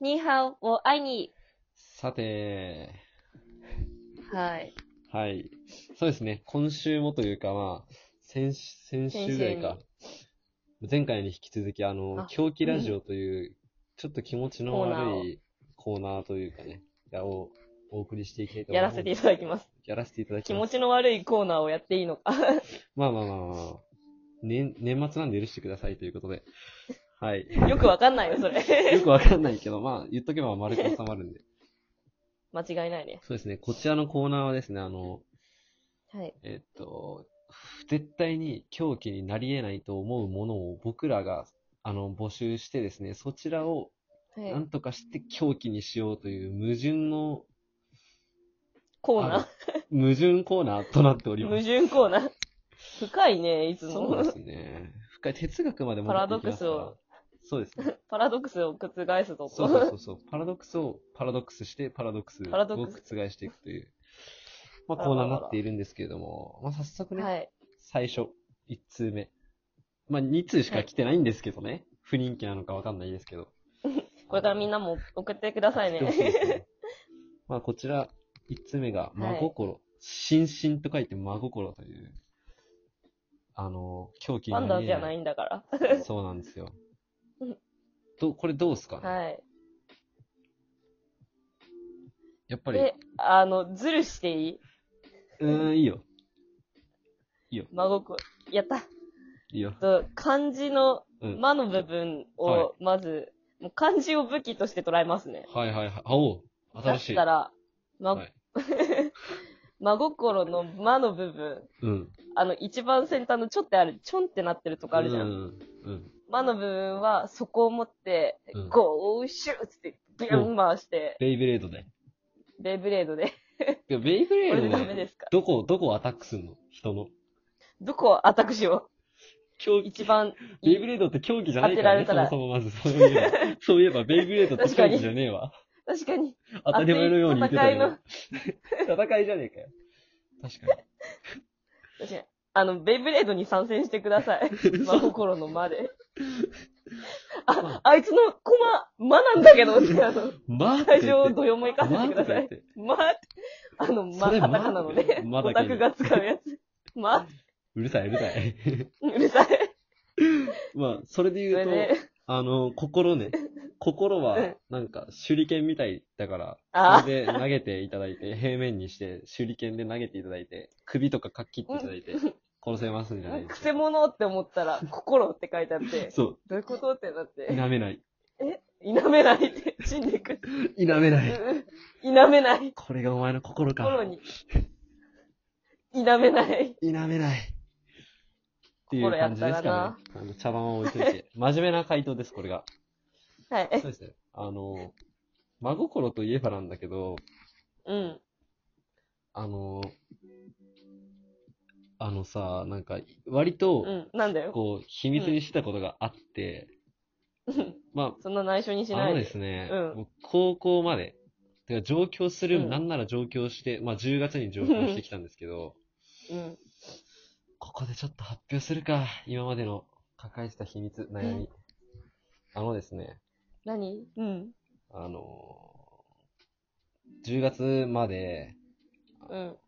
ニーハオを会いに。さて、はい。はい。そうですね。今週もというか、まあ、先週、先週ぐらいか。前回に引き続き、あのあ、狂気ラジオという、ちょっと気持ちのコーナーを悪いコーナーというかね、やをお送りしていきたいと思いやまらす。せていただきます。やらせていただき気ま持す。ちの悪いコーナーをやっていいのか。 まあまあまあまあまあ。年、年末なんで許してくださいということで。はい。よくわかんないよ、そよれ。くわかんないけど、まあ、言っとけば丸く収まるんで。間違いないね。そうですね。こちらのコーナーはですね、あの、はい。えっと、絶対に狂気になり得ないと思うものを僕らがあの募集してですね、そちらをはいなんとかして狂気にしようという矛盾の、コーあのナ矛盾コーナーとなっておりーま矛す。盾コーナー。深いね、いつそうでも。すね。深い哲学まで戻っていきますからパラドックそうですね。パラドックスを覆すぞそうそうと。そうそう。パラドックスをパラドックスして、パラドックスをパラドック覆スしていくという、まあ、あらコーらナーらになっているんですけれども、まあ、早速ね、はい。最初、1通目。まあ、2通しか来てないんですけどね。不人気なのかわかんないですけど。 これからみんななも送ってくださいね。 まあ、こちら、1通目が、は真い心。心身と書いて真心という、あの、狂気パンダじゃな。ないいんだから。 そうなんで すようん。どうこれどうすかね、はい。やっぱり、で、あの、ズルしていいうーん、いいよ。真心。やった。いいよ。と、漢字のうん。魔の部分はを、まず、もう漢字を武器として捉えますね。はいはいはい。あおう新しい。だったら、ま、はい、 真心の魔の部分、うん。あの、一番先端のちょってある、ちょんってなってるとこあるじゃ。うんん。うん。魔の部分は、そこを持ってうん、ゴーシューって、ビュン回して、ベイブレードで。ベイブレードで。いや、ベイブレこれードでねダメですかどこ、どこをアタックすんの人の。どこをアタックしよ競う一番、ベイブレードって競技じゃないからね、当てられたらそもそもまず。そういえ ば、そういえばベイブレードって競技じゃねえわ。確かに、当たり前のように言ってたよ、ね。戦いじゃねえかよ。確か確かに。あの、ベイブレードに参戦してください。 真心の魔で。あ、あいつのコマ、魔なんだけどって、 あの、に。まあって会言場をって。どよめかせまあてくってださ言っい。て。まあ、あの、まそれあ、カタカナのまだけね、どまだオけどタクが使うやつ。まあ、 うるさい、うるさい。 うるさい。まあ、それでそ言れうと、で、あの、心ね。心うはん、なんか、手裏剣みたいだから、あーそれで投げていただいて、平面にして、手裏剣で投げていただいて、首とかかっ切っていただいて、殺せますんじゃないくですせか。者って思った ら、心って書いてあって、そどういうことってなっう、否て、めない。否めないって、死んでいく。否めなうい。う否めない。これがお前の心か。心に。否めない。否めない。っていう感じです心やかっね。あの茶番を置いとい て。真面目な回答です、これが。はいそう。ですね。あの、真心といえばなんだけど、うん。あの、あのさ、なんか、割とう、ん。なんだよ。こう、秘密にしてたことがあって、うんま そんな内緒にしあ、なあいので。ですね、うん僕高校まで、てか上京する、うんなんなら上京して、まあ10月に上京してきたんですけど、うん。ここでちょっと発表するか。今までの抱えてた秘密、悩み。あのですね、何うん。あのー、10月まで、うん。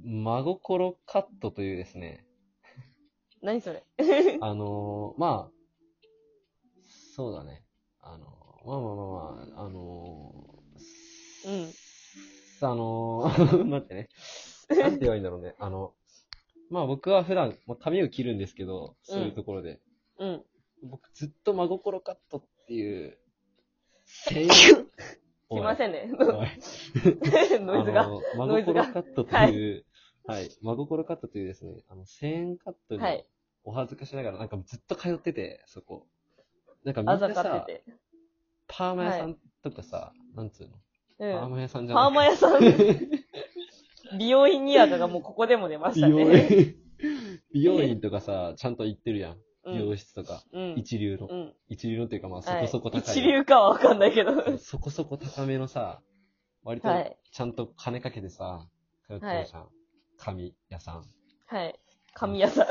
真心カットというで すね、何それ。あのー、まあ、そうだね、あのー、まあまあまあまあ、あのー、うんす。あのー、 待ってね、なんて言えばいいんだろうね、あの、まあ僕は普段、まあ、髪を切るんですけど、そういうところで、 うん。僕ずっと真心カットっ ていう、専すおいいませんね。 おいノイズが。あのノ真イズ心がカットという、はい、真心カットというですね、あの、1000円カットにはい、お恥ずかしながら、なんかずっと通ってて、そこ。なんかみんあなざかっさ、てて。パーマ屋さんとかさ、なんつうの、うパーん。マ屋さんじゃパーマない。屋 さん。美容院にやかがもうここでも出ました美容ね。 院、美容院とかさ、ちゃんと行ってるやん。うん美容室とか、うん。一流のう。ん。一流のっていうか、まあ、そはこいそこ高い。一流かはわかんないけど。そこそこ高めのさ、割とはいちゃんと金かけてさ、通ってるじゃん。髪屋さん。はい。神屋さん。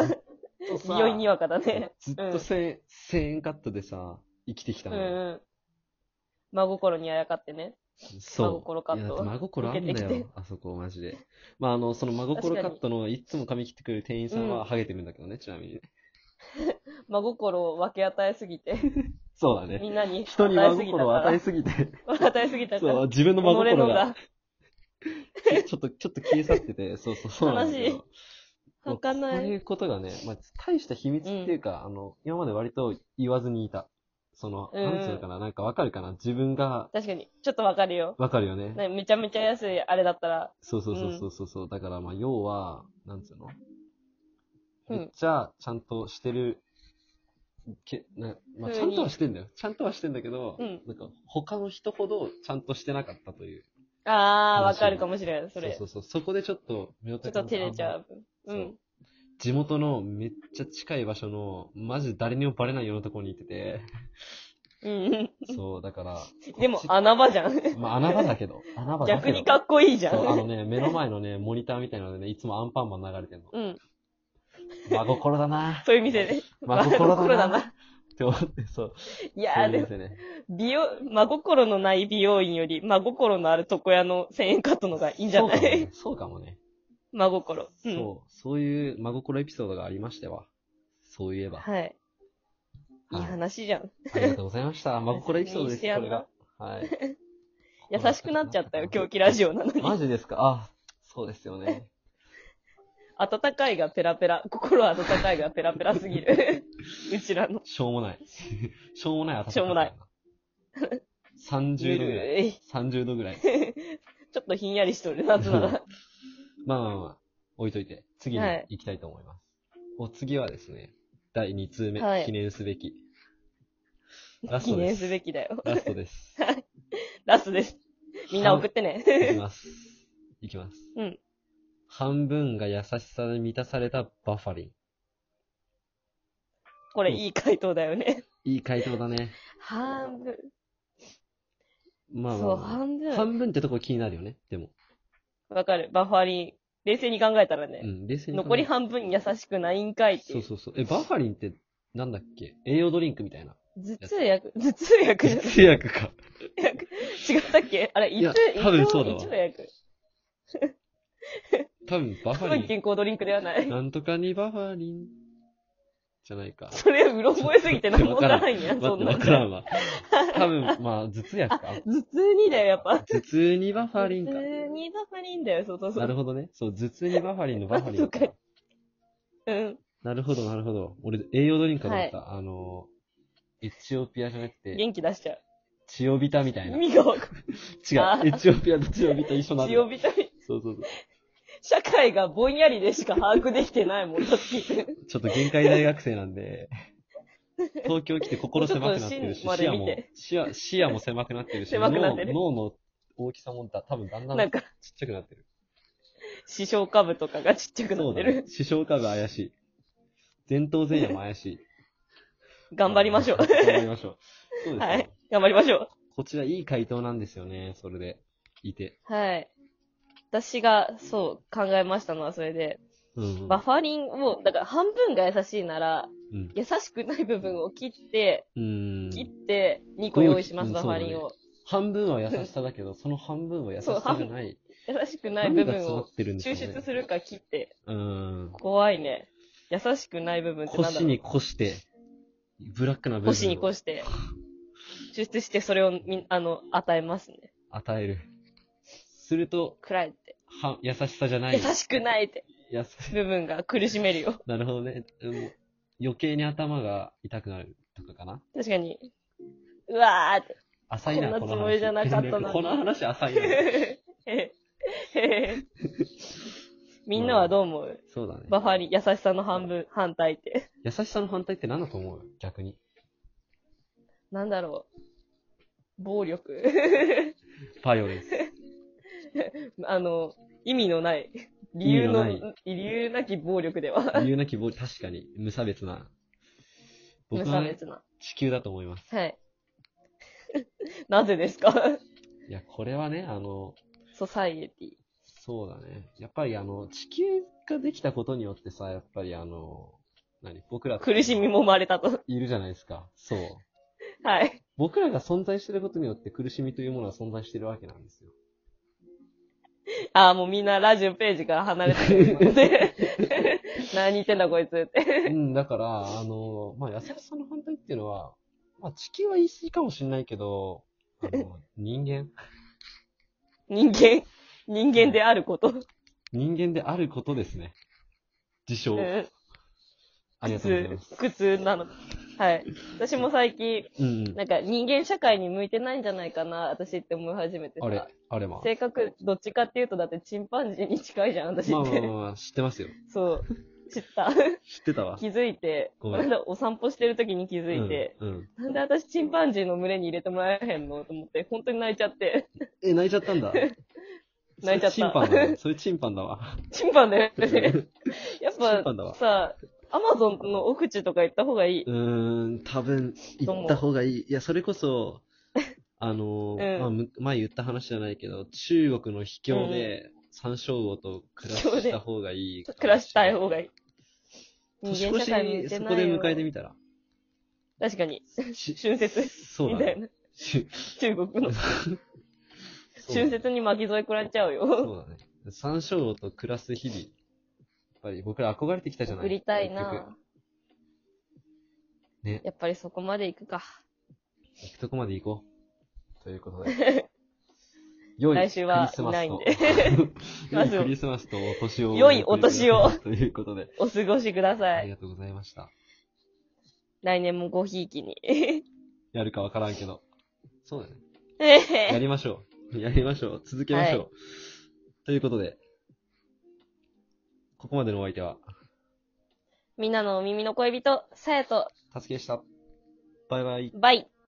美容院にわかだね。ずっと1000円、1000円カットでさ、生きてきたうんのよ。うん。真心にあやかってね。そう。真心カットいやだって真心あん受けだてきてよ、あそこマジで。まあ、あの、その真心カットのいつも髪切ってくれる店員さんうんはハゲてるんだけどね、ちなみに。真心を分け与えすぎて、そうだみね。んなに人に真すぎたか心をら与え。すぎて、与えすぎたかそう、ら。自分の真己心のがが、ちょっと、ちょっと消え去ってて、そうそうそうなんです悲よ。しいもう儚いこういうことがね、まあ、大した秘密っていうか、あの、今まで割と言わずにいた。その、うんなんつうのかな、なんかわかるかな自分が、確かに、ちょっとわかるよ。わかるよね。ねめちゃめちゃ安いあれだったら、そうそうそうそうそうそう。だから、まあ、要は、なんつうのうんめっちゃ、ちゃんとしてる、けなまあ、ち風ゃにんとはしてんだよ。ちゃんとはしてんだけど、うんなんか、他の人ほどちゃんとしてなかったという。あー、わかるかもしれない、それ。そうそうそう。そこでちょっと、目をちょっと照れちゃう。う。そうん地元のめっちゃ近い場所の、マジ誰にもバレないようなところに行ってて、うん。そう、だから、 でもこっ、ち穴場じゃん。まあ、穴場だけど、穴場だ逆けど。にかっこいいじゃそう、あのん。ね、目の前のね、モニターみたいなのでね、いつもアンパンマン流れてんの。うん。真心 だなそういう店で。真心だなだな。って思って、そう。いそやー、ういでうも、店ね。美容、真心のない美容院より、真心のある床屋の1000円カットのがいいんじゃそうなかもいね。そうかもね。真心。うん。そう、そういう真心エピソードがありましては。そういえば。はい。いいはい話じゃん。ありがとうござい ました。真心エピソードです、いいこれが。はい。 優しくなっちゃったよ、狂今気ラジオなのに。マジですかあ、そうですよね。温かいがペラペラ。心温かいがペラペラすぎ る。うちらの。しょう もない。しょうもない暖かさしょうもない。 30度ぐらい。 い。 30度ぐらい。ちょっとひんやりしとる、夏なら。まあまあまあ、置いといて、次にはい行きたいと思います。お次はですね、第2通目、はい記念すべ き。ラス記トで念す。すべきだよ。ラストです。ラストです。 みんな送っていきね。ます。いきます。うん半分が優しさで満たされたバファリン。これいい回答だよね。いい回答だね。半分。まあまそあう、まあ、半分。半分ってとこ気になるよね、でも。わかる。バファリン。冷静に考えたらうね。ん、冷静に考え残り半分優しくないんかいっていそうう。そうそう。え、バファリンって、なんだっけ栄養ドリンクみたいな。頭痛薬、 頭痛薬じゃない通訳か。違ったっけあれ、い胃や痛、胃多分腸そうだ胃わ腸薬。多分、バフすァごいリ健康ドリンクではなン。い。なんとかにバファリン。じゃないか。それ、うろ覚えすぎて何もわからんやん、待 そっんて、なわんから頭んわ。多分、まあ、頭 痛薬か。痛にだよ、やっぱ。頭痛にバファリンか頭。痛にバファリンだよ、そうそうそなるう。ほどね。そう、頭痛にバファリンのバファリンあ そうかか。うん。なるほど、なるほど。俺、栄養ドリンクだった。あの、エチオピアじゃなくて、元気出しちゃう。チオビタみたい意な。違う味がわかんない。あ、ーエチオピアとチオビタ一緒なんだジオよ。ビタミン。そうそうそう。社会がぼんやりでしか把握できてないもんだって。ちょっと限界大学生なん で、東京来て心狭くなってるし、ちょっと芯ま視野で見もて、視野視野も狭くなってるし、 狭くなってる脳脳の大きさもだ多分だんだんなんちっか、ちゃくなってる。視床下部とかがちっちゃくなそうってだねる。。視床下部怪しい。前頭前野も怪しい。 頑張りましょう。頑張りましょう。そうですね。はい。頑張りましょこちらいい回答なんですよね、それで。いて。う。はい。私が、そう、考えましたのはそれで、うん、うん。バファリンを、だから半分が優しいなら、うん。優しくない部分を切って、うん。切って2個用意しまうす、んバファリンを。半分は優しさだけど、その半分は優しそうさ半じゃ分ない。優しくない部何が分詰まをってるんでしょう抽ね。出するか切って。うん。怖いね。優しくない部分ってなんだ腰ろうに越して、ブラックな部腰に分越をして、抽出してそれをみん、あの、与えますね。与える。すると、暗いって。は、優しさじゃない。優しくないって優し部分が苦しめるよ。なるほどね。うん余計に頭が痛くなるとかかな。確かに。うわーって。浅いな、こんこのなつ話。もりじゃなかったのにこの話浅いな。 みんなはどう思うそうだね。バファリン、優しさの半分、反対って。優しさの反対って何だと思う逆に。なんだろう。暴力。 バイオレンス。あの、意味のない。理由の、意味の理由なき暴力では、理由なき望確かに、無差別な。無僕差はね別な。地球だと思います。はい。 なぜですか いや、これはね、あの、ソサイエティ。そうだね。やっぱりあの、地球ができたことによってさ、やっぱりあの、何僕らって苦しみも生まれたと。いるじゃないですか。そう。はい。僕らが存在してることによって苦しみというものは存在してるわけなんですよ。ああ、もうみんなラジオページから離れてると思って 何言ってんだこいつって。 うん、だから、あの、まあ、安田さんの反対っていうのは、まあ、地球は言い過ぎかもしれないけど、あの人間、人間、人間であること。人間であることですね。自う称。んあり苦がとうござい痛ます。、苦痛なの。はい。私も最近、うんうん。なんか人間社会に向いてないんじゃないかな、私って思い始めてあれさ。、あれまあ。性格、どっちかっていうと、だってチンパンジーに近いじゃん、私まあっまあまあて。まあ、知ってますよ。そう。知った。知ってたわ。気づいて、ごまめんだお散歩してる時に気づいて、うん。うんなんで私チンパンジーの群れに入れてもらえへんのと思って、本当に泣いちゃって。え、泣いちゃったんだ。 泣いちゃったそれチンパンだわ。それチン チンパパンだわ。ンだよね。うやっチンパンだわぱさ、アマゾンの奥地とか行った方がいい。ーん、多分、どうも行った方がいい。いや、それこそ、 あのーうんまあむ、前言った話じゃないけど、中国の秘境で、山椒魚と暮らし秘境でした方がいいかもしれ暮ない。らしたい方がいい。年人間越社し会向いにてそなこいでよ。迎えてみたら。確かに。し春節そうみだたいね。な。し中国の。春 そうだね節に巻き添え食らっちゃう そよ。うだね。山椒魚と暮らす日々。やっぱり僕ら憧れてきたじゃない送りたい結局な。ねやっぱりそこまで行くか。行くとこまで行こう。ということで。 良来週はいないんでクリスマスと まず良いクリスマスとお年を。良いお年をということで。お過ごしくだあさりい。がとうございました。来年もごひいきに。やるかわからんけど。そうだね。えや へりましょう。やりましょう。続けましょう。はということで。ここまでのお相手は、みんなのお耳の恋人、さやと、たすけでした。バイバイ。バイ。